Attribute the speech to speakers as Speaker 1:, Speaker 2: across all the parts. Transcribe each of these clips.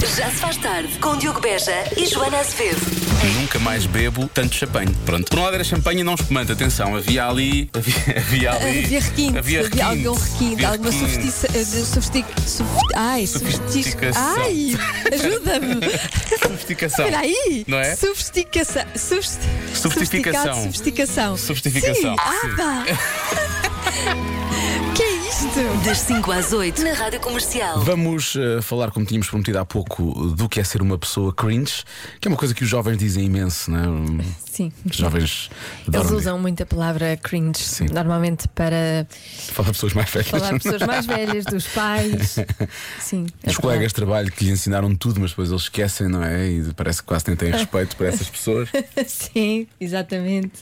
Speaker 1: Já se faz tarde com Diogo Beja e Joana Azevedo.
Speaker 2: Nunca mais bebo tanto champanhe. Pronto. Por um lado era champanhe e não espumante. Atenção, havia ali. Havia, havia ali.
Speaker 3: Havia requinte, havia,
Speaker 2: requinte,
Speaker 3: algum requinte,
Speaker 2: havia
Speaker 3: alguma
Speaker 2: requinte.
Speaker 3: sofistica. Ai, sofistica.
Speaker 2: Sofisticação.
Speaker 3: Ai, ajuda-me.
Speaker 2: Sofisticação.
Speaker 3: Espera aí.
Speaker 2: Não é?
Speaker 3: Sofisticação. Sofist...
Speaker 2: Sofisticação.
Speaker 3: sofisticado, Sofisticação.
Speaker 2: Sofisticação,
Speaker 3: Sim. Ah,
Speaker 2: sim.
Speaker 3: pá. que é isto?
Speaker 1: Das 5 às 8 na Rádio Comercial.
Speaker 4: Vamos eh, falar, como tínhamos prometido há pouco, do que é ser uma pessoa cringe, que é uma coisa que os jovens dizem imenso, não é? Hum,
Speaker 5: Sim.
Speaker 4: Os jovens adoram
Speaker 5: Eles
Speaker 4: dizer.
Speaker 5: usam muito a palavra cringe,
Speaker 4: Sim.
Speaker 5: normalmente para
Speaker 4: Falar de pessoas mais velhas.
Speaker 5: falar de pessoas mais velhas, dos pais. Sim. é
Speaker 4: Os
Speaker 3: É
Speaker 5: a
Speaker 4: colegas de trabalho que lhe ensinaram tudo, mas depois eles esquecem, não é? E parece que quase nem têm respeito por essas pessoas.
Speaker 5: palavra- Sim, exatamente.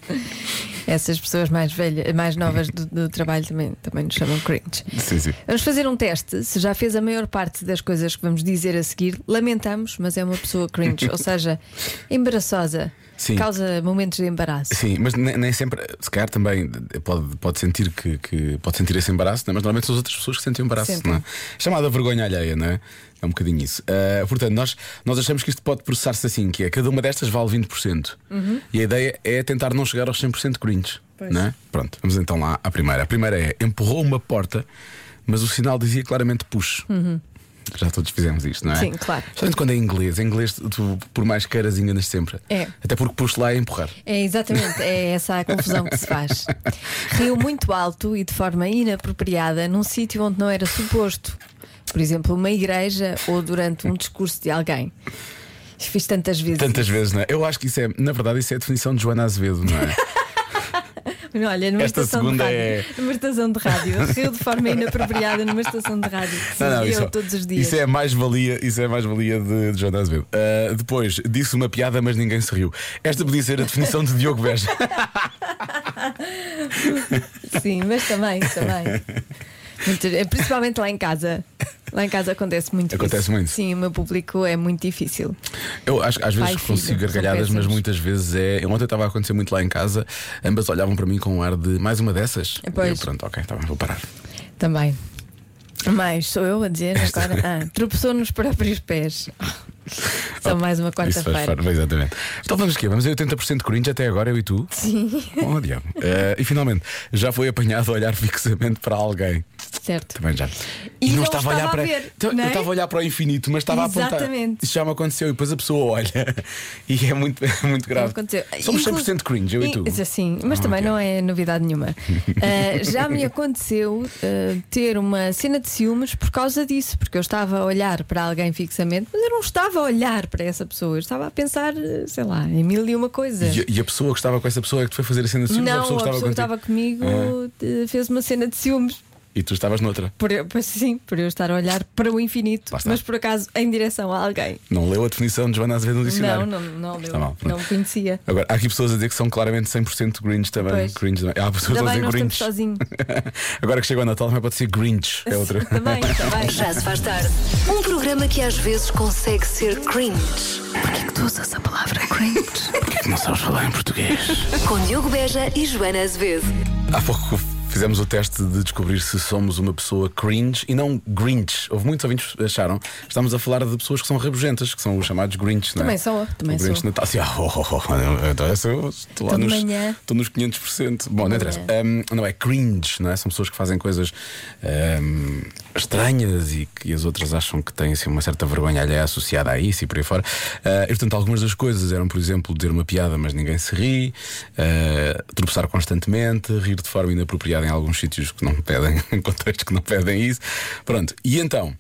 Speaker 5: Essas pessoas mais velhas, mais novas do, do trabalho também, também nos chamam cringe.
Speaker 4: Sim, sim.
Speaker 5: Vamos fazer um teste. Se já fez a maior parte das coisas que vamos dizer a seguir, lamentamos, mas é uma pessoa cringe, ou seja, embaraçosa,
Speaker 4: Sim.
Speaker 5: causa momentos de embaraço.
Speaker 4: Sim, mas nem, nem sempre, se calhar também eh, pode, pode sentir que, que- pode sentir esse embaraço, não é? mas normalmente são as outras pessoas que sentem o embaraço,
Speaker 5: Sentem.
Speaker 4: não é? Chamada vergonha alheia, não é? É um bocadinho isso. Ah, portanto, nós, nós achamos que isto pode processar-se assim, que é cada uma destas vale 20%.
Speaker 5: Uhum.
Speaker 4: E a ideia é tentar não chegar aos 100% cringe. Não é? Pronto, vamos então lá à primeira. A primeira é empurrou uma porta, mas o sinal dizia claramente push. Já todos fizemos isto, não é?
Speaker 5: Uhum. Sim, claro.
Speaker 4: Especialmente quando é inglês. Em inglês, tu, por mais caras, enganas sempre.
Speaker 5: É.
Speaker 4: Até porque push lá é empurrar.
Speaker 5: É exatamente, é essa a confusão que se faz. Riu muito alto e de forma inapropriada num sítio onde não era suposto. Por exemplo, uma igreja ou durante um discurso de alguém. Fiz tantas vezes.
Speaker 4: Tantas vezes, não é? Eu acho que isso é, na verdade, isso é a definição de Joana Azevedo, não é?
Speaker 5: Olha, numa
Speaker 4: Esta
Speaker 5: estação de
Speaker 4: segunda
Speaker 5: rádio.
Speaker 4: é-
Speaker 5: Numa estação de rádio. Riu de forma inapropriada numa estação de rádio. Sim,
Speaker 4: não, não,
Speaker 5: eu
Speaker 4: isso,
Speaker 5: todos os dias.
Speaker 4: Isso é a mais-valia isso é a mais-valia de, de Joana Azevedo. Ah, depois, disse uma piada, mas ninguém se riu. Esta podia ser a definição de Diogo Beja. é-
Speaker 5: Sim, mas também, também. Muito- é, principalmente lá em casa. Lá em casa acontece muito
Speaker 4: Acontece
Speaker 5: isso.
Speaker 4: muito.
Speaker 5: Sim, o meu público é muito difícil.
Speaker 4: Eu acho que às vezes
Speaker 5: Pai e filho,
Speaker 4: consigo
Speaker 5: são
Speaker 4: gargalhadas, mas
Speaker 5: péssimos.
Speaker 4: muitas vezes é. Ontem estava a acontecer muito lá em casa, ambas olhavam para mim com um ar de mais uma dessas. E Eu,
Speaker 5: É, Pois.
Speaker 4: pronto, ok, tá bem, vou parar.
Speaker 5: Também. Mas sou eu a dizer agora. Ah, tropeçou nos próprios pés. Só mais uma
Speaker 4: Oh, Isso faz
Speaker 5: quarta-feira.
Speaker 4: parte, exatamente. Então vamos aqui, vamos a 80% Corinthians até agora, eu e tu?
Speaker 5: Sim,
Speaker 4: Oh, diabo. Ah, e finalmente, já foi apanhado a olhar fixamente para alguém.
Speaker 5: certo.
Speaker 4: Também já.
Speaker 5: E não estava a
Speaker 4: para.
Speaker 5: ver,
Speaker 4: Então,
Speaker 5: não
Speaker 4: Eu
Speaker 5: é?
Speaker 4: estava a olhar para o infinito, mas estava a apontar.
Speaker 5: Exatamente.
Speaker 4: Isso já me aconteceu. E depois a pessoa olha. E é muito, é muito grave.
Speaker 5: Aconteceu.
Speaker 4: Somos
Speaker 5: Inclu-
Speaker 4: 100% cringe, eu e tu.
Speaker 5: Isso Sim, mas
Speaker 4: Ah,
Speaker 5: também
Speaker 4: ok.
Speaker 5: não é novidade nenhuma. Ah, já me aconteceu ah, ter uma cena de ciúmes por causa disso, porque eu estava a olhar para alguém fixamente, mas eu não estava a olhar para essa pessoa, eu estava a pensar, ah, sei lá, em mil e uma coisa.
Speaker 4: E, e a pessoa que estava com essa pessoa é que te foi fazer a cena de ciúmes, ou
Speaker 5: não,
Speaker 4: a pessoa que estava contigo? Ah.
Speaker 5: comigo eh, fez uma cena de ciúmes.
Speaker 4: E tu estavas noutra.
Speaker 5: Por eu, pois sim, por eu estar a olhar para o infinito,
Speaker 4: Lá está.
Speaker 5: mas por acaso em direção a alguém.
Speaker 4: Não leu a definição de Joana Azevedo no
Speaker 5: Não,
Speaker 4: dicionário.
Speaker 5: não, não,
Speaker 4: Está
Speaker 5: não,
Speaker 4: mal, pronto.
Speaker 5: não conhecia.
Speaker 4: Agora, há aqui pessoas a dizer que são claramente 100% cringe também.
Speaker 5: Pois.
Speaker 4: Cringe também. Há pessoas
Speaker 5: Também
Speaker 4: a
Speaker 5: não
Speaker 4: dizer
Speaker 5: estamos
Speaker 4: cringe.
Speaker 5: sozinhos.
Speaker 4: Agora que chegou o Natal, também pode ser cringe. É outra.
Speaker 5: também, também.
Speaker 1: Já se faz tarde. Um programa que às vezes consegue ser cringe. Porquê que tu usas a palavra cringe?
Speaker 4: Porquê que não sabes falar em português?
Speaker 1: com Diogo Beja e Joana Azevedo.
Speaker 4: Há pouco fizemos o teste de descobrir se somos uma pessoa cringe e não grinch. Houve muitos ouvintes que acharam. Estamos a falar de pessoas que são rabugentas, que são os chamados grinch, não é?
Speaker 5: Também sou, também
Speaker 4: o grinch
Speaker 5: sou.
Speaker 4: Natal. Assim, ah, oh, oh, oh, eu- então essa eu estou lá
Speaker 5: Estou de
Speaker 4: nos,
Speaker 5: manhã.
Speaker 4: estou nos 500%. Bom, não interessa. Um, não é cringe, não é? São pessoas que fazem coisas um, estranhas e que as outras acham que têm assim, uma certa vergonha alheia associada a isso e por aí fora. Uh, e portanto, algumas das coisas eram, por exemplo, dizer uma piada, mas ninguém se ri, uh, tropeçar constantemente, rir de forma inapropriada em alguns sítios que não pedem, em contextos que não pedem isso. Pronto, e então.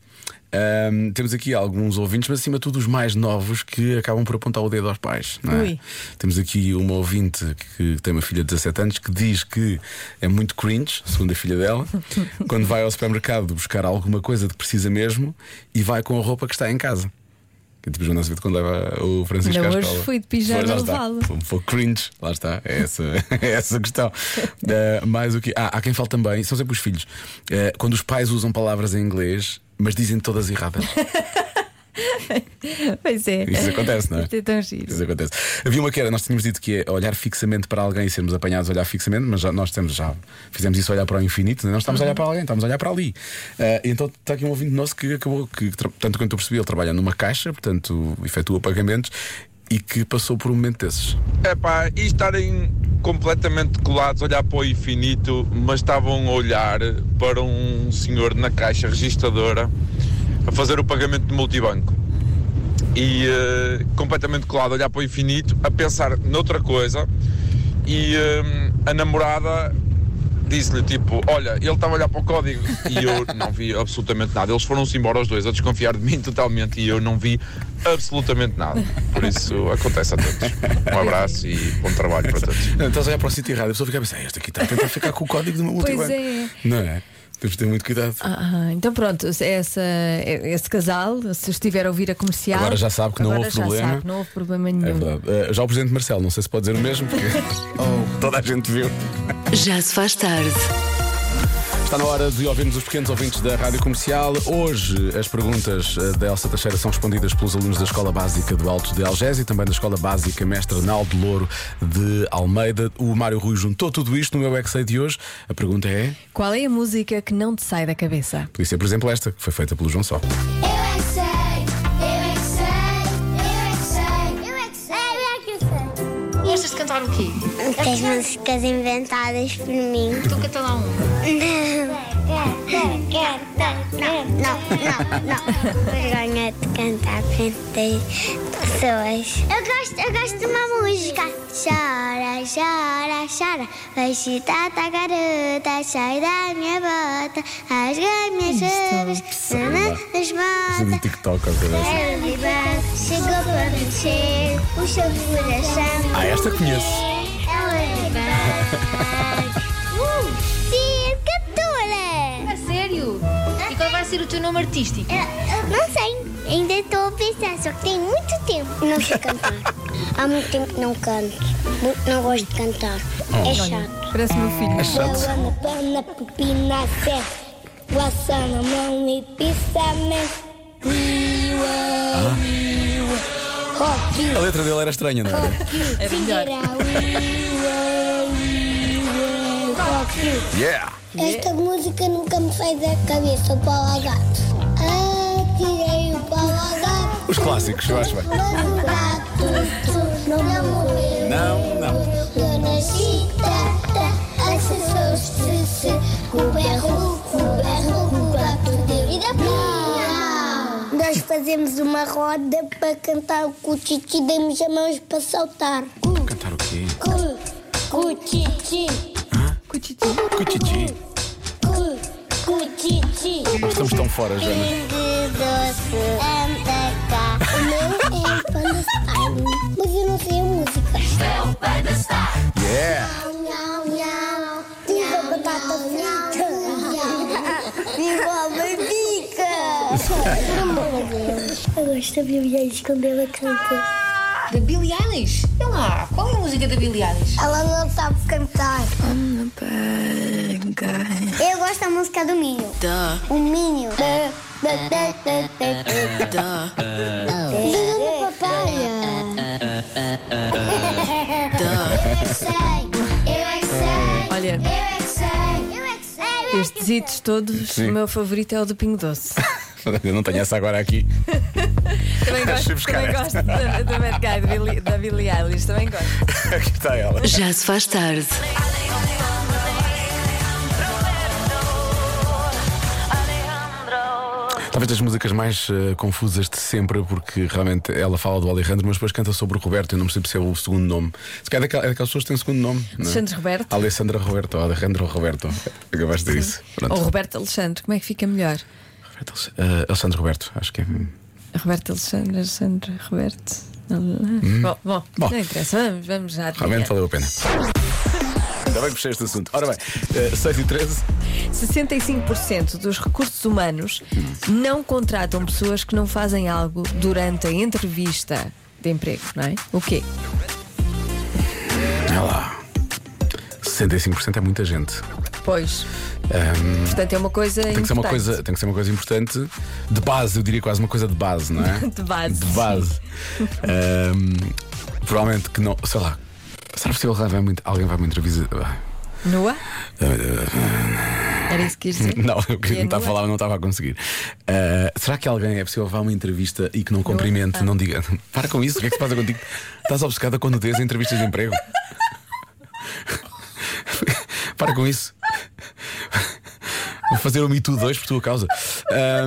Speaker 4: um, temos aqui alguns ouvintes, mas acima de tudo os mais novos que acabam por apontar o dedo aos pais. Não é?
Speaker 5: Ui.
Speaker 4: Temos aqui uma ouvinte que tem uma filha de 17 anos que diz que é muito cringe, segundo a filha dela, quando vai ao supermercado buscar alguma coisa de que precisa mesmo e vai com a roupa que está em casa. Que é tipo Jonas Azevedo quando leva o Francisco
Speaker 5: Ainda
Speaker 4: à
Speaker 5: hoje
Speaker 4: escola.
Speaker 5: fui de pijama
Speaker 4: Pois, lá está.
Speaker 5: levá-lo.
Speaker 4: Foi Um pouco cringe, lá está, é essa, é essa a questão. Eh, mais o que. Ah, há quem fale também, são sempre os filhos, eh, quando os pais usam palavras em inglês, mas dizem todas erradas.
Speaker 5: Pois é.
Speaker 4: Isso acontece, não é?
Speaker 5: Isto é tão giro.
Speaker 4: Isso acontece. Havia uma que era, nós tínhamos dito que é olhar fixamente para alguém e sermos apanhados a olhar fixamente, mas já, nós temos, já fizemos isso olhar para o infinito, não estamos a olhar para alguém, estamos a olhar para ali. Ah, e então está aqui um ouvinte nosso que acabou, que, tra- tanto quanto eu percebi, ele trabalha numa caixa, portanto efetua pagamentos e que passou por um momento desses.
Speaker 6: É pá, e estarem completamente colados, olhar para o infinito, mas estavam a olhar para um senhor na caixa registadora a fazer o pagamento de multibanco. E eh, completamente colado, a olhar para o infinito, a pensar noutra coisa. E eh, a namorada disse-lhe tipo: Olha, ele estava a olhar para o código. E eu não vi absolutamente nada. Eles foram-se embora os dois a desconfiar de mim totalmente e eu não vi absolutamente nada. Por isso acontece a todos. Um abraço e bom trabalho para todos.
Speaker 4: Não, Ah, Estás a olhar para o sítio errado, a pessoa fica a pensar, este aqui está a tentar ficar com o código do meu
Speaker 5: Pois
Speaker 4: multibanco.
Speaker 5: é.
Speaker 4: Não é? Temos de ter muito cuidado.
Speaker 5: Ah, então pronto, essa, é esse casal, se estiver a ouvir a comercial.
Speaker 4: Agora já sabe que não
Speaker 5: agora
Speaker 4: houve
Speaker 5: já
Speaker 4: problema.
Speaker 5: Sabe, não houve problema
Speaker 4: É
Speaker 5: nenhum.
Speaker 4: verdade. Ah, já o presidente Marcelo, não sei se pode dizer o mesmo, porque toda a gente viu.
Speaker 1: Já se faz tarde.
Speaker 4: Está na hora de ouvirmos os pequenos ouvintes da Rádio Comercial. Hoje as perguntas eh, da Elsa Teixeira são respondidas pelos alunos da Escola Básica do Alto de Algés e também da Escola Básica Mestre Naldo Louro de Almeida. O Mário Rui juntou tudo isto no meu Excel de hoje. A pergunta é,
Speaker 5: Qual é a música que não te sai da cabeça?
Speaker 4: podia ser por exemplo esta, que foi feita pelo João Só.
Speaker 7: Eu é que sei, eu é que sei, eu é que sei, eu é que sei, eu
Speaker 8: Gostas de cantar o quê?
Speaker 7: é que sei. As músicas inventadas por mim.
Speaker 8: Tu canta lá um.
Speaker 7: Não, não, não. Vergonha de cantar frente das pessoas. Eu gosto, eu gosto de uma música. Chora, chora, chora. Vai citar a garota, sai da minha bota. As minhas chaves, as
Speaker 4: Do
Speaker 7: botas.
Speaker 4: Um TikTok, ou coisa assim.
Speaker 7: Everybody chegou para vencer o seu coração.
Speaker 4: Ah, esta conheço.
Speaker 7: Everybody. Circatura!
Speaker 8: A É sério? E qual vai ser o teu nome artístico?
Speaker 7: Não sei, ainda estou a pensar, só que tem muito tempo. Não sei cantar. Há muito tempo que não canto. Muito- Não gosto de cantar.
Speaker 4: Oh.
Speaker 7: É chato.
Speaker 5: Parece meu um
Speaker 4: É
Speaker 5: filho.
Speaker 7: Bola na perna, pepina certa. Laça na mão e pensamento. Ué,
Speaker 4: Ah.
Speaker 7: ué. Rock,
Speaker 4: A letra dele era estranha, não era?
Speaker 7: É melhor.
Speaker 4: Yeah!
Speaker 7: Esta música nunca me sai da cabeça, o pau ao gato. Ah, tirei o pau ao gato.
Speaker 4: Os clássicos, eu acho bem.
Speaker 7: Mas o gato não morreu. tá,
Speaker 4: Não, não.
Speaker 7: Dona Chitata, acessou-se. O berro, o berro, o gato deu. E da pia. Nós fazemos uma roda para cantar o cutiti e demos as mãos para saltar.
Speaker 4: Cantar o quê?
Speaker 7: Cu, cutiti,
Speaker 4: Cuchichi.
Speaker 7: cu, cutiti.
Speaker 4: Estamos tão fora, Joana.
Speaker 7: doce, anda cá. O meu é o Panda Style, mas eu não sei a música.
Speaker 4: Yeah!
Speaker 7: Nhau, nhau, Viva a batata frita! Viva a babica! Eu gosto da Billie quando ela canta.
Speaker 8: Da Billie Eilish? Sei lá, qual é a música da Billie Eilish?
Speaker 7: Ela não sabe cantar. Eu gosto da música do Minho.
Speaker 1: Da,
Speaker 7: O Minho.
Speaker 1: da,
Speaker 7: Viva a papaya!
Speaker 1: da.
Speaker 7: é
Speaker 5: Olha,
Speaker 7: é
Speaker 5: estes hits todos,
Speaker 4: Sim.
Speaker 5: o meu favorito é o do Pingo Doce.
Speaker 4: Eu não tenho essa agora aqui.
Speaker 5: Também
Speaker 4: Deixa eu
Speaker 5: gosto,
Speaker 4: buscar
Speaker 5: também
Speaker 4: esta.
Speaker 5: gosto da, da Bad Guy, da Billie- da Billie Eilish, também gosto.
Speaker 4: Aqui está ela.
Speaker 1: Já se faz tarde.
Speaker 4: Talvez das músicas mais eh, confusas de sempre, porque realmente ela fala do Alejandro, mas depois canta sobre o Roberto. Eu não percebo se é o segundo nome. Se calhar é daquela- é daquelas pessoas que têm segundo nome. não é?
Speaker 5: Alexandre Roberto.
Speaker 4: Alessandra Roberto, ou Alejandro Roberto. Acabaste de dizer isso. Pronto.
Speaker 5: Ou Roberto Alexandre, como é que fica melhor?
Speaker 4: Roberto, eh, Alessandro Roberto, acho que é.
Speaker 5: Roberto Alexandre, Alexandre, Roberto. Bom, bom,
Speaker 4: Hum. Bom.
Speaker 5: não interessa, vamos, vamos já.
Speaker 4: Realmente valeu a pena. Ainda bem que puxei este assunto. Ora bem, eh, 6 e 13.
Speaker 5: 65% dos recursos humanos não contratam pessoas que não fazem algo durante a entrevista de emprego, não é? O quê?
Speaker 4: Olha lá. 65% é muita gente.
Speaker 5: Pois,
Speaker 4: Ahm,
Speaker 5: Portanto, é uma coisa
Speaker 4: tem que, ser uma
Speaker 5: importante.
Speaker 4: coisa, tem que ser uma coisa importante de base, eu diria quase uma coisa de base, não é?
Speaker 5: De base,
Speaker 4: De
Speaker 5: sim.
Speaker 4: base. Ahm, provavelmente que não, sei lá. Será possível que alguém vai muito- alguém vai me entrevista?
Speaker 5: Nua? é? Era isso que quis dizer?
Speaker 4: Ah, Não, eu queria
Speaker 5: E a
Speaker 4: tentar
Speaker 5: nua?
Speaker 4: falar, mas não estava a conseguir. Ah, será que alguém é possível levar uma entrevista e que não cumprimente, não diga? Para com isso, o que é que se passa contigo? Estás obcecada quando tens entrevistas de emprego? Para com isso. Vou fazer o Me Too 2 por tua causa.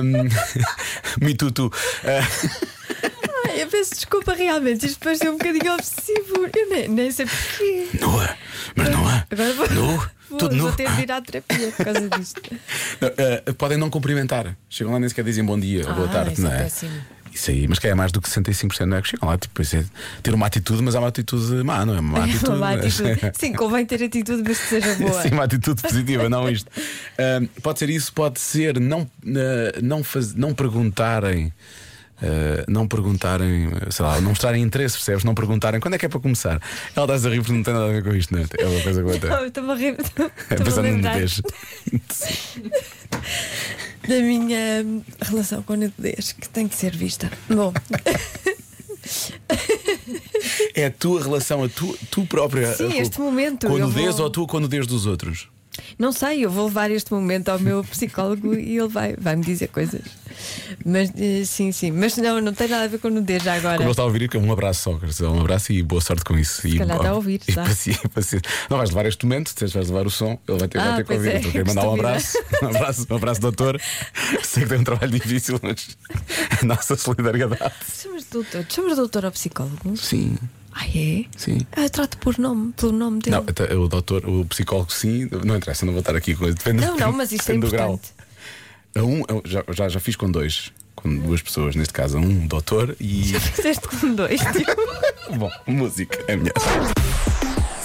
Speaker 4: Um, Me Too, tu. Ah,
Speaker 5: Ai, Eu peço desculpa realmente, isto pareceu um bocadinho obsessivo. Eu nem, nem sei porquê.
Speaker 4: nua, é, mas nua.
Speaker 5: Agora vou,
Speaker 4: Nu,
Speaker 5: vou,
Speaker 4: tudo
Speaker 5: vou
Speaker 4: nu.
Speaker 5: ter de ir à terapia por causa disto.
Speaker 4: Não, ah, podem não cumprimentar. Chegam lá nem sequer dizem bom dia ou boa
Speaker 5: Ah,
Speaker 4: tarde,
Speaker 5: isso é
Speaker 4: não é?
Speaker 5: péssimo.
Speaker 4: Isso aí, mas que é mais do que 65%, não é? Que chegam lá, tipo, isso é ter uma atitude, mas há uma atitude má, não é? Uma má
Speaker 5: É
Speaker 4: atitude.
Speaker 5: uma má
Speaker 4: mas-
Speaker 5: atitude. Sim, convém ter atitude, mas que seja boa.
Speaker 4: Sim, uma atitude positiva, não isto. Ahm, pode ser isso, pode ser não, ah, não, faz, não perguntarem. ah, não perguntarem, sei lá, não mostrarem interesse, percebes? Não perguntarem quando é que é para começar. Ela está a rir porque não tem nada a ver com isto, não é? É uma coisa que eu até-
Speaker 5: Oh, Estou-me a rir. Estou-me a
Speaker 4: Pensando num
Speaker 5: lembrar
Speaker 4: beijo.
Speaker 5: da minha hum, relação com a nudez, que tem que ser vista. Bom,
Speaker 4: É a tua relação, a tu, tu própria.
Speaker 5: Sim,
Speaker 4: com-
Speaker 5: este momento,
Speaker 4: Com a
Speaker 5: eu
Speaker 4: nudez
Speaker 5: vou-
Speaker 4: ou tu com a nudez dos outros?
Speaker 5: não sei, eu vou levar este momento ao meu psicólogo e ele vai, vai me dizer coisas. Mas eh, sim, sim. Mas não, não tem nada a ver com nudez já agora.
Speaker 4: Como ele está a ouvir, que é um abraço só, Carlos. Um abraço e boa sorte com isso. e,
Speaker 5: calhar está a ouvir,
Speaker 4: e
Speaker 5: está.
Speaker 4: paci- paci- Não vais levar este momento, tens- vais levar o som, ele vai ter, vai
Speaker 5: Ah,
Speaker 4: ter que
Speaker 5: pois
Speaker 4: ouvir.
Speaker 5: é,
Speaker 4: Então, quero mandar um
Speaker 5: estúpida.
Speaker 4: abraço, um abraço, um abraço, doutor. Sei que tem um trabalho difícil, mas a nossa solidariedade.
Speaker 5: Chamas doutor, chamas doutor ao psicólogo?
Speaker 4: Sim,
Speaker 5: Ah, é?
Speaker 4: sim.
Speaker 5: Ah, eu trato por nome, pelo nome dele.
Speaker 4: Não, até o doutor, o psicólogo, sim, não interessa, não vou estar aqui com isso. Depende,
Speaker 5: Não, não, mas isto é
Speaker 4: depende do grau.
Speaker 5: importante.
Speaker 4: A um, eu já, já, já fiz com dois, com duas pessoas, neste caso, um doutor e.
Speaker 5: Fizeste com dois. tipo.
Speaker 4: Bom, música é melhor.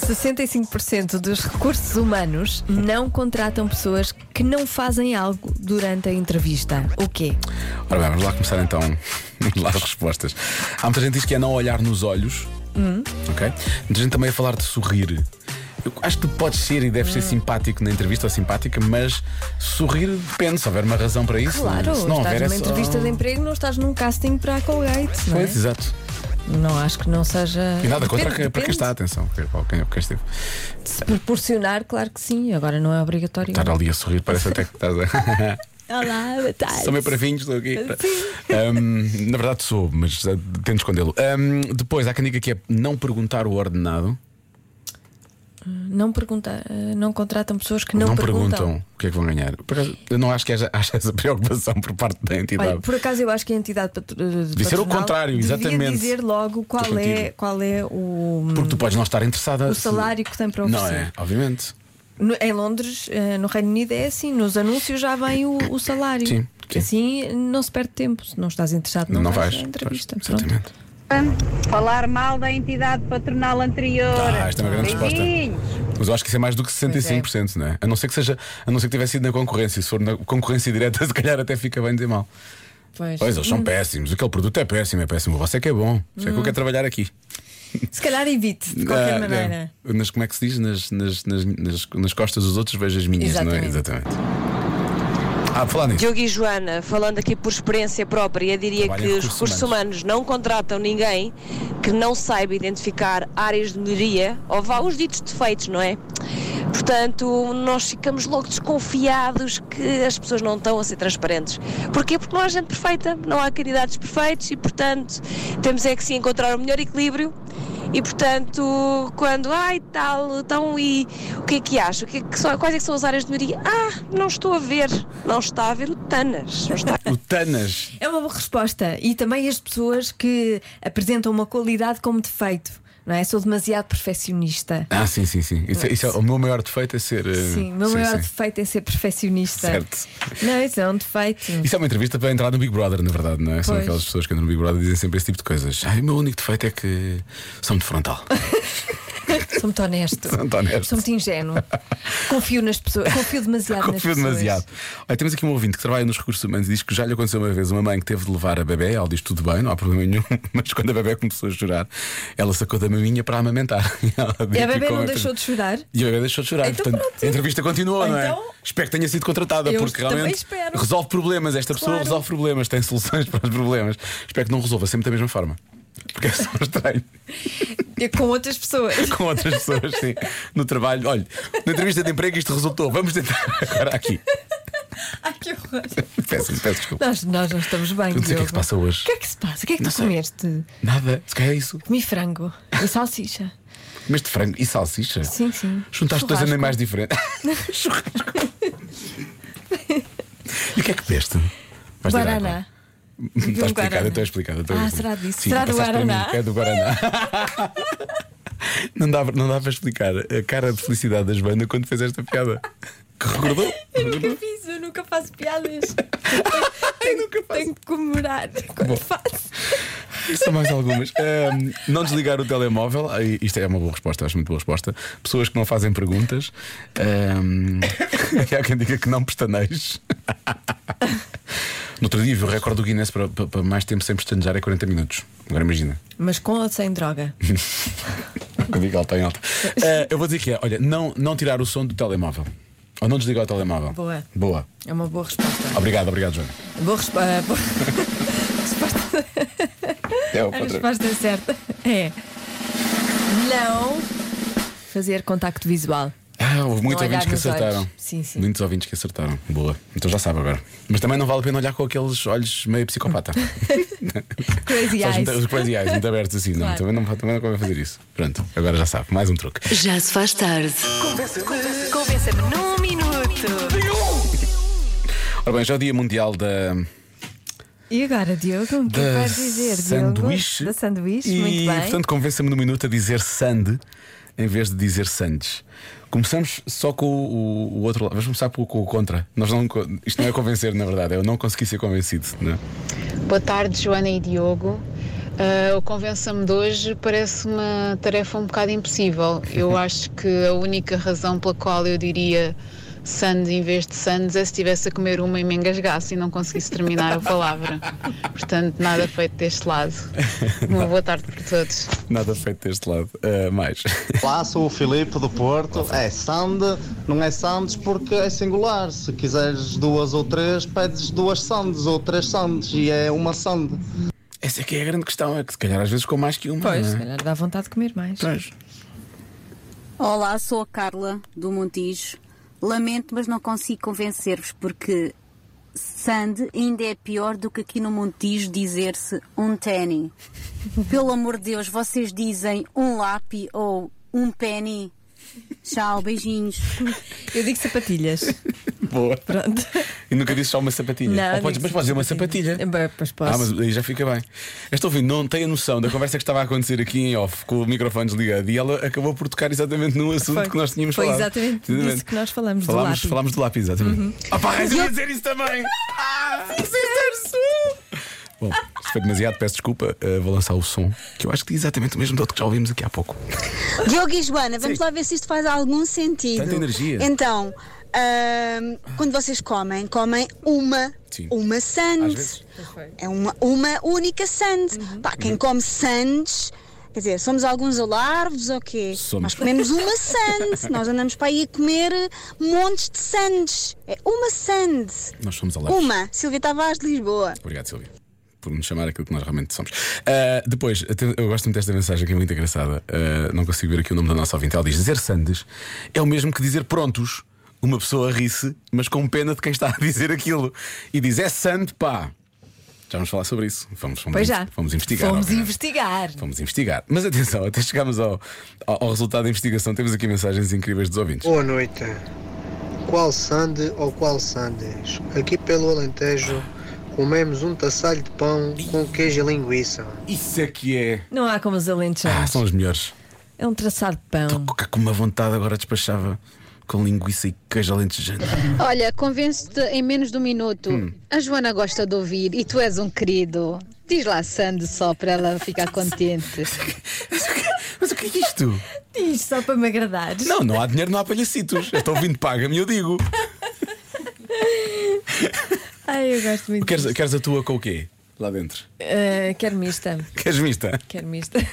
Speaker 5: 65% dos recursos humanos não contratam pessoas que não fazem algo durante a entrevista. O quê?
Speaker 4: Ora bem, vamos lá começar então. Vamos lá as respostas. Há muita gente que diz que é não olhar nos olhos.
Speaker 5: Hum.
Speaker 4: Ok? Muita gente também a falar de sorrir. Eu acho que tu podes ser e deves ser
Speaker 5: Hum.
Speaker 4: simpático na entrevista ou simpática, mas sorrir depende, se houver uma razão para isso. não é?
Speaker 5: Claro,
Speaker 4: se não
Speaker 5: estás
Speaker 4: houver é
Speaker 5: numa
Speaker 4: só-
Speaker 5: entrevista de emprego, não estás num casting para a Colgate. Não, é?
Speaker 4: Pois, exato.
Speaker 5: não acho que não seja.
Speaker 4: E nada contra quem- para
Speaker 5: Depende,
Speaker 4: quem
Speaker 5: depende.
Speaker 4: está, atenção, quem- para quem, para quem esteve.
Speaker 5: Se proporcionar, claro que sim, agora não é obrigatório.
Speaker 4: Estar ali a sorrir parece até que estás a.
Speaker 5: Olá, boa tarde.
Speaker 4: Sou meio pravinho, estou aqui. Um, é? na verdade sou, mas eh, tento escondê-lo. Um, depois, há quem diga que é não perguntar o ordenado.
Speaker 5: Não pergunta, eh, não contratam pessoas que não,
Speaker 4: Não, perguntam. o que é que vão ganhar. Por acaso, eu não acho que haja, haja essa preocupação por parte da entidade.
Speaker 5: Olha, por acaso eu acho que a entidade patro- eh,
Speaker 4: Devia ser o
Speaker 5: patronal
Speaker 4: contrário,
Speaker 5: devia
Speaker 4: exatamente.
Speaker 5: dizer logo qual
Speaker 4: Estou
Speaker 5: é,
Speaker 4: contigo.
Speaker 5: qual é o.
Speaker 4: Porque tu podes não estar interessada.
Speaker 5: O
Speaker 4: se-
Speaker 5: salário que tem para
Speaker 4: Não
Speaker 5: oferecer.
Speaker 4: é, obviamente.
Speaker 5: No- em Londres, eh, no Reino Unido, é assim: nos anúncios já vem o, o salário.
Speaker 4: Sim, sim.
Speaker 5: Assim não se perde tempo. Se não estás interessado,
Speaker 4: Não,
Speaker 5: não,
Speaker 4: vais.
Speaker 5: à entrevista.
Speaker 4: Pois,
Speaker 5: Pronto.
Speaker 4: exatamente.
Speaker 9: Falar mal da entidade patronal anterior.
Speaker 4: Ah, esta é uma grande resposta.
Speaker 9: Beijinhos.
Speaker 4: Mas eu acho que isso é mais do que 65%, não é? A não ser que seja, a não ser que tivesse sido na concorrência. Se for na concorrência direta, se calhar até fica bem dizer mal.
Speaker 5: Pois.
Speaker 4: Pois eles são péssimos, aquele produto é péssimo, é péssimo. Você é que é bom. Você é que eu quero trabalhar aqui.
Speaker 5: Se calhar evite, Uhum. de qualquer
Speaker 4: Ah,
Speaker 5: maneira.
Speaker 4: é. Nas, como é que se diz? Nas, nas, nas, nas, nas costas dos outros vejo as minhas, não é? Exatamente. Ah, falar nisso.
Speaker 10: Diogo e Joana, falando aqui por experiência própria, diria
Speaker 4: Trabalho
Speaker 10: que
Speaker 4: em
Speaker 10: os
Speaker 4: recursos
Speaker 10: recursos humanos. não contratam ninguém que não saiba identificar áreas de melhoria ou vá os ditos defeitos, não é? Portanto, nós ficamos logo desconfiados que as pessoas não estão a ser transparentes. Porquê? Porque não há gente perfeita, não há candidatos perfeitos e, portanto, temos é que se encontrar o melhor equilíbrio. E, portanto, quando, ai tal, então e o que é que acha? O que é que são- quais é que são as áreas de melhoria? Ah, não estou a ver. Não está a ver o Tanas. Não está
Speaker 4: O Tanas.
Speaker 5: É uma boa resposta. E também as pessoas que apresentam uma qualidade como defeito. Não é? Sou demasiado perfeccionista.
Speaker 4: Ah, sim, sim, sim. Isso, é- isso é- o meu maior defeito é ser. eh,
Speaker 5: Sim, o meu
Speaker 4: sim,
Speaker 5: maior
Speaker 4: sim.
Speaker 5: defeito é ser perfeccionista.
Speaker 4: Certo.
Speaker 5: Não, isso é um defeito.
Speaker 4: Isso é uma entrevista para entrar no Big Brother, na verdade, não é? São
Speaker 5: Pois.
Speaker 4: aquelas pessoas que andam no Big Brother e dizem sempre esse tipo de coisas. Ai, o meu único defeito é que sou muito frontal.
Speaker 5: Sou muito honesto.
Speaker 4: Sou muito honesto.
Speaker 5: Sou muito ingênuo. Confio nas pessoas. Confio demasiado nas
Speaker 4: Confio
Speaker 5: pessoas.
Speaker 4: demasiado. Olha, temos aqui um ouvinte que trabalha nos recursos humanos e diz que já lhe aconteceu uma vez uma mãe que teve de levar a bebê. Ela diz tudo bem, não há problema nenhum. Mas quando a bebê começou a chorar, ela sacou da maminha para amamentar. E, ela diz
Speaker 5: E a
Speaker 4: que
Speaker 5: bebê
Speaker 4: ficou
Speaker 5: não
Speaker 4: entre-
Speaker 5: deixou de chorar?
Speaker 4: E a bebê deixou de chorar.
Speaker 5: Então
Speaker 4: Portanto,
Speaker 5: pronto.
Speaker 4: a entrevista continuou, não é?
Speaker 5: Então-
Speaker 4: Espero que tenha sido contratada,
Speaker 5: Eu
Speaker 4: porque
Speaker 5: também
Speaker 4: realmente
Speaker 5: espero.
Speaker 4: resolve problemas. Esta pessoa
Speaker 5: Claro.
Speaker 4: resolve problemas, tem soluções para os problemas. Espero que não resolva sempre da mesma forma. Porque é só estranho
Speaker 5: E com outras pessoas.
Speaker 4: com outras pessoas, sim, no trabalho. Olha, na entrevista de emprego isto resultou. Vamos tentar agora aqui.
Speaker 5: Ai, que horror.
Speaker 4: Peço, peço desculpa.
Speaker 5: Nós, nós não estamos bem.
Speaker 4: Não sei o que é que
Speaker 5: Diogo.
Speaker 4: se passa hoje.
Speaker 5: O que é que se passa? O que é que
Speaker 4: Não
Speaker 5: tu
Speaker 4: sei.
Speaker 5: comeste?
Speaker 4: Nada, se calhar é isso.
Speaker 5: Comi frango e salsicha.
Speaker 4: Mas de frango e salsicha?
Speaker 5: Sim, sim.
Speaker 4: Juntaste dois
Speaker 5: Churrasco.
Speaker 4: animais diferentes. Churrasco. e o que é que peste? Vais tirar agora.
Speaker 5: Guaraná.
Speaker 4: Está
Speaker 5: um
Speaker 4: explicado, então
Speaker 5: guaraná.
Speaker 4: estou explicado. estou
Speaker 5: Ah,
Speaker 4: explicado.
Speaker 5: será disso?
Speaker 4: Sim,
Speaker 5: Será do
Speaker 4: passaste para
Speaker 5: Guaraná?
Speaker 4: mim, É do Guaraná. não, dá, não dá para explicar a cara de felicidade da Joana quando fez esta piada. Que recordou?
Speaker 5: Eu nunca fiz, eu nunca faço piadas. Tenho, nunca faço. tenho que comemorar quando
Speaker 4: Bom.
Speaker 5: faço.
Speaker 4: São mais algumas. Ahm, não desligar o telemóvel, aí isto é uma boa resposta, acho muito boa resposta. Pessoas que não fazem perguntas. Ahm, há quem diga que não pestaneis. No outro dia vi o recorde do Guinness para, para- para mais tempo sem pestanejar é 40 minutos. Agora imagina.
Speaker 5: Mas com ou sem droga?
Speaker 4: Eu digo alto em alto. Ah, eu vou dizer que é: olha, não, não tirar o som do telemóvel. Ou não desligar o telemóvel.
Speaker 5: Boa.
Speaker 4: Boa.
Speaker 5: É uma boa resposta.
Speaker 4: Obrigado, obrigado, Joana.
Speaker 5: Boa resp ah, boa- resposta.
Speaker 4: É
Speaker 5: A resposta certa é não fazer contacto visual.
Speaker 4: Ah, houve muitos ouvintes
Speaker 5: Não olhar
Speaker 4: que
Speaker 5: nos olhos.
Speaker 4: acertaram.
Speaker 5: Sim, sim.
Speaker 4: Muitos ouvintes que acertaram. Boa. Então já sabe agora. Mas também não vale a pena olhar com aqueles olhos meio psicopata.
Speaker 5: Crazy
Speaker 4: Só os
Speaker 5: eyes.
Speaker 4: muito- Os crazy eyes muito abertos assim. Não,
Speaker 5: Claro.
Speaker 4: também não, também não convém fazer isso. Pronto, agora já sabe. Mais um truque.
Speaker 1: Já se faz tarde. Convença-me num minuto.
Speaker 4: Ora bem, já é o Dia Mundial da.
Speaker 5: E agora, Diogo, o que
Speaker 4: da
Speaker 5: vais dizer?
Speaker 4: sanduíche.
Speaker 5: Diogo? Da sanduíche,
Speaker 4: E,
Speaker 5: muito bem.
Speaker 4: Portanto, convença-me no minuto a dizer sand em vez de dizer sandes. Começamos só com o, o outro lado. Vamos começar com, o- com o contra. Nós não, co- isto não é convencer, na verdade. Eu não consegui ser convencido. Não é?
Speaker 11: Boa tarde, Joana e Diogo. Ah, o Convença-me de hoje parece uma tarefa um bocado impossível. Eu acho que a única razão pela qual eu diria Sands em vez de Sands é se estivesse a comer uma e me engasgasse e não conseguisse terminar a palavra. Portanto, nada feito deste lado. Uma boa tarde para todos.
Speaker 4: Nada feito deste lado. Ah, mais.
Speaker 12: Olá, sou o Filipe do Porto. É Sand, não é Sandes porque é singular. Se quiseres duas ou três, pedes duas Sandes ou três Sandes e é uma Sand.
Speaker 4: Essa é que é a grande questão, é que se calhar às vezes com mais que uma.
Speaker 5: Pois,
Speaker 4: não
Speaker 5: se
Speaker 4: é?
Speaker 5: calhar dá vontade de comer mais.
Speaker 4: Pois.
Speaker 13: Olá, sou a Carla do Montijo. Lamento, mas não consigo convencer-vos porque Sand ainda é pior do que aqui no Montijo dizer-se um tenny. Pelo amor de Deus, vocês dizem um lápis ou um penny. Tchau, beijinhos.
Speaker 5: Eu digo sapatilhas.
Speaker 4: Boa.
Speaker 5: Pronto.
Speaker 4: E nunca disse só uma sapatilha.
Speaker 5: Não,
Speaker 4: Ou podes-
Speaker 5: digo
Speaker 4: mas podes dizer uma sapatilha.
Speaker 5: Bem, pois posso.
Speaker 4: Ah, mas aí já fica bem. Esta ouvinte não tem a noção da conversa que estava a acontecer aqui em off, com o microfone desligado, e ela acabou por tocar exatamente no assunto
Speaker 5: Foi.
Speaker 4: que nós tínhamos
Speaker 5: Foi
Speaker 4: falado.
Speaker 5: exatamente disso que nós falamos, do
Speaker 4: falámos,
Speaker 5: lápis. Uhum.
Speaker 4: Falámos do lápis, exatamente. Ah, pá, eu ia dizer isso também! Ah, sim, Bom, se foi demasiado, peço desculpa, eh, vou lançar o som, que eu acho que diz exatamente o mesmo do outro que já ouvimos aqui há pouco.
Speaker 13: Diogo e Joana, vamos lá ver se isto faz algum sentido.
Speaker 4: Tanta energia.
Speaker 13: Então, ahm, quando vocês comem, comem uma,
Speaker 4: Sim.
Speaker 13: uma
Speaker 4: Às
Speaker 13: sandes.
Speaker 4: vezes.
Speaker 13: É uma, uma única sandes. Pá, quem come sandes, quer dizer, somos alguns alarves ou quê?
Speaker 4: Somos.
Speaker 13: Nós comemos uma sandes. Nós andamos para aí a comer montes de sandes. É uma sandes.
Speaker 4: Nós somos alarmes.
Speaker 13: Uma. Silvia Tavares de Lisboa.
Speaker 4: Obrigado, Silvia. Por nos chamar aquilo que nós realmente somos. Ah, depois, até- eu gosto muito desta mensagem que é muito engraçada. Ah, não consigo ver aqui o nome da nossa ouvinte. Ela diz: dizer Sandes é o mesmo que dizer prontos. Uma pessoa ri-se, mas com pena de quem está a dizer aquilo. E diz: é Sand, pá. Já vamos falar sobre isso. Vamos, vamos,
Speaker 5: Pois já.
Speaker 4: vamos investigar.
Speaker 5: Fomos
Speaker 4: obviamente.
Speaker 5: investigar.
Speaker 4: Vamos investigar. Mas atenção, até chegarmos ao, ao, ao resultado da investigação, temos aqui mensagens incríveis dos ouvintes.
Speaker 14: Boa noite. Qual sande ou qual sandes? Aqui pelo Alentejo comemos um taçalho de pão com queijo e linguiça.
Speaker 4: Isso é que é.
Speaker 5: Não há como os
Speaker 4: Ah,
Speaker 5: alentejanos.
Speaker 4: são os melhores.
Speaker 5: É um traçado de pão.
Speaker 4: Cá Com uma vontade agora despachava com linguiça e queijo alentejano.
Speaker 11: Olha, convenço-te em menos de um minuto. A Joana gosta de ouvir e tu és um querido. Diz lá Sandy só para ela ficar contente.
Speaker 4: Mas o que é isto?
Speaker 5: fiz só para me agradar.
Speaker 4: Não, não há dinheiro, não há palhacitos. Este ouvinte paga-me, eu digo.
Speaker 5: Ai, eu gosto muito.
Speaker 4: Queres, queres a tua com o quê? Lá dentro.
Speaker 5: Ah, quero mista.
Speaker 4: Queres mista?
Speaker 5: Quero mista.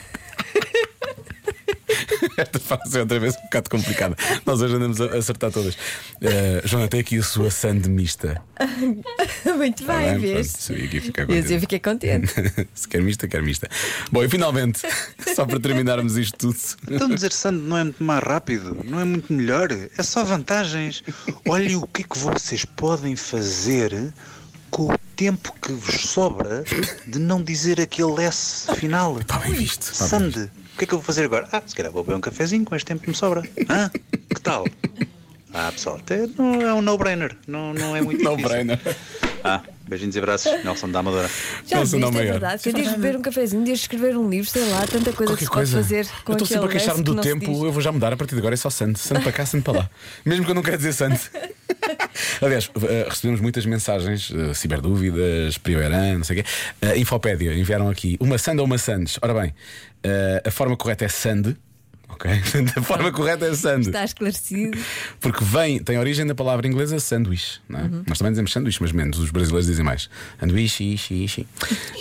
Speaker 4: Esta fase é outra vez um bocado complicada. Nós hoje andamos a acertar todas. Uh, Joana, tem aqui a sua sand mista.
Speaker 5: muito
Speaker 4: Tá
Speaker 5: bem,
Speaker 4: bem?
Speaker 5: vês?
Speaker 4: Pronto, é sabia que ia ficar
Speaker 5: Vês,
Speaker 4: contente.
Speaker 5: eu fiquei contente.
Speaker 4: Se quer mista, quer mista. Bom, e finalmente, só para terminarmos isto tudo.
Speaker 15: Então dizer Sand não é muito mais rápido, não é muito melhor, é só vantagens. Olhem o que é que vocês podem fazer com o tempo que vos sobra de não dizer aquele S final. Está
Speaker 4: bem visto.
Speaker 15: Sand, o que é que eu vou fazer agora? Ah, se calhar vou beber um cafezinho com este tempo que me sobra. Hã? Que tal? Ah, pessoal, até não é um no-brainer, não, não é muito difícil.
Speaker 4: No-brainer.
Speaker 15: Ah, beijinhos e abraços, Nelson da Amadora.
Speaker 5: Já viste, é verdade. Eu devo beber um cafezinho, devo escrever um livro, sei lá, tanta coisa
Speaker 4: Qualquer
Speaker 5: que se pode
Speaker 4: coisa.
Speaker 5: fazer com
Speaker 4: eu estou sempre a
Speaker 5: aquele
Speaker 4: queixar-me
Speaker 5: verso que
Speaker 4: do
Speaker 5: não se diz.
Speaker 4: tempo, eu vou já mudar. A partir de agora é só Sand. Sand para cá, Sand para lá. Mesmo que eu não quero dizer Sand. Aliás, eh, recebemos muitas mensagens, eh, ciberdúvidas, Prioeran, não sei o quê. Eh, Infopédia, enviaram aqui uma Sand ou uma Sands. Ora bem, eh, a forma correta é Sand. Ok? Portanto, A forma correta é Sand.
Speaker 5: Está Tá esclarecido.
Speaker 4: Porque vem, tem origem da palavra inglesa sanduíche. Não é?
Speaker 5: Uhum.
Speaker 4: Nós também dizemos sanduíche, mas menos. Os brasileiros dizem mais. Sanduíche, ishi, ishi.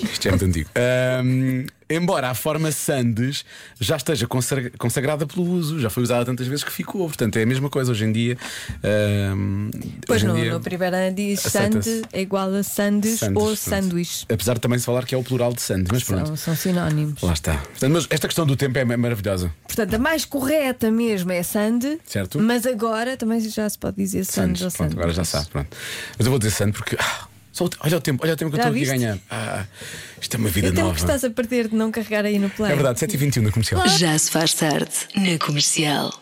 Speaker 4: Isto é muito antigo. Ahm, embora a forma sandes já esteja consagra- consagrada pelo uso, já foi usada tantas vezes que ficou. Portanto, é a mesma coisa hoje em dia. ahm,
Speaker 5: Pois
Speaker 4: hoje em
Speaker 5: no,
Speaker 4: dia-
Speaker 5: no primeiro ano diz
Speaker 4: aceita-se.
Speaker 5: sand é igual a sandes
Speaker 4: Sandes,
Speaker 5: ou
Speaker 4: pronto.
Speaker 5: sanduíche.
Speaker 4: Apesar de também se falar que é o plural de sandes, mas pronto.
Speaker 5: São, são sinónimos.
Speaker 4: Lá está. Portanto, mas esta questão do tempo é maravilhosa.
Speaker 5: Portanto, a mais correta mesmo é sand,
Speaker 4: Certo.
Speaker 5: mas agora também já se pode dizer sandes ou
Speaker 4: Sandes, pronto,
Speaker 5: sandes.
Speaker 4: agora já sabe, pronto. Mas eu vou dizer Santos porque. ah, só o te- olha o tempo, olha o tempo que eu
Speaker 5: Já
Speaker 4: estou aqui a
Speaker 5: viste?
Speaker 4: ganhar. Ah, isto é uma vida
Speaker 5: Então o
Speaker 4: nova.
Speaker 5: que estás a perder de não carregar aí no play?
Speaker 4: É verdade, 7h21 na um comercial.
Speaker 1: Já se faz tarde na comercial.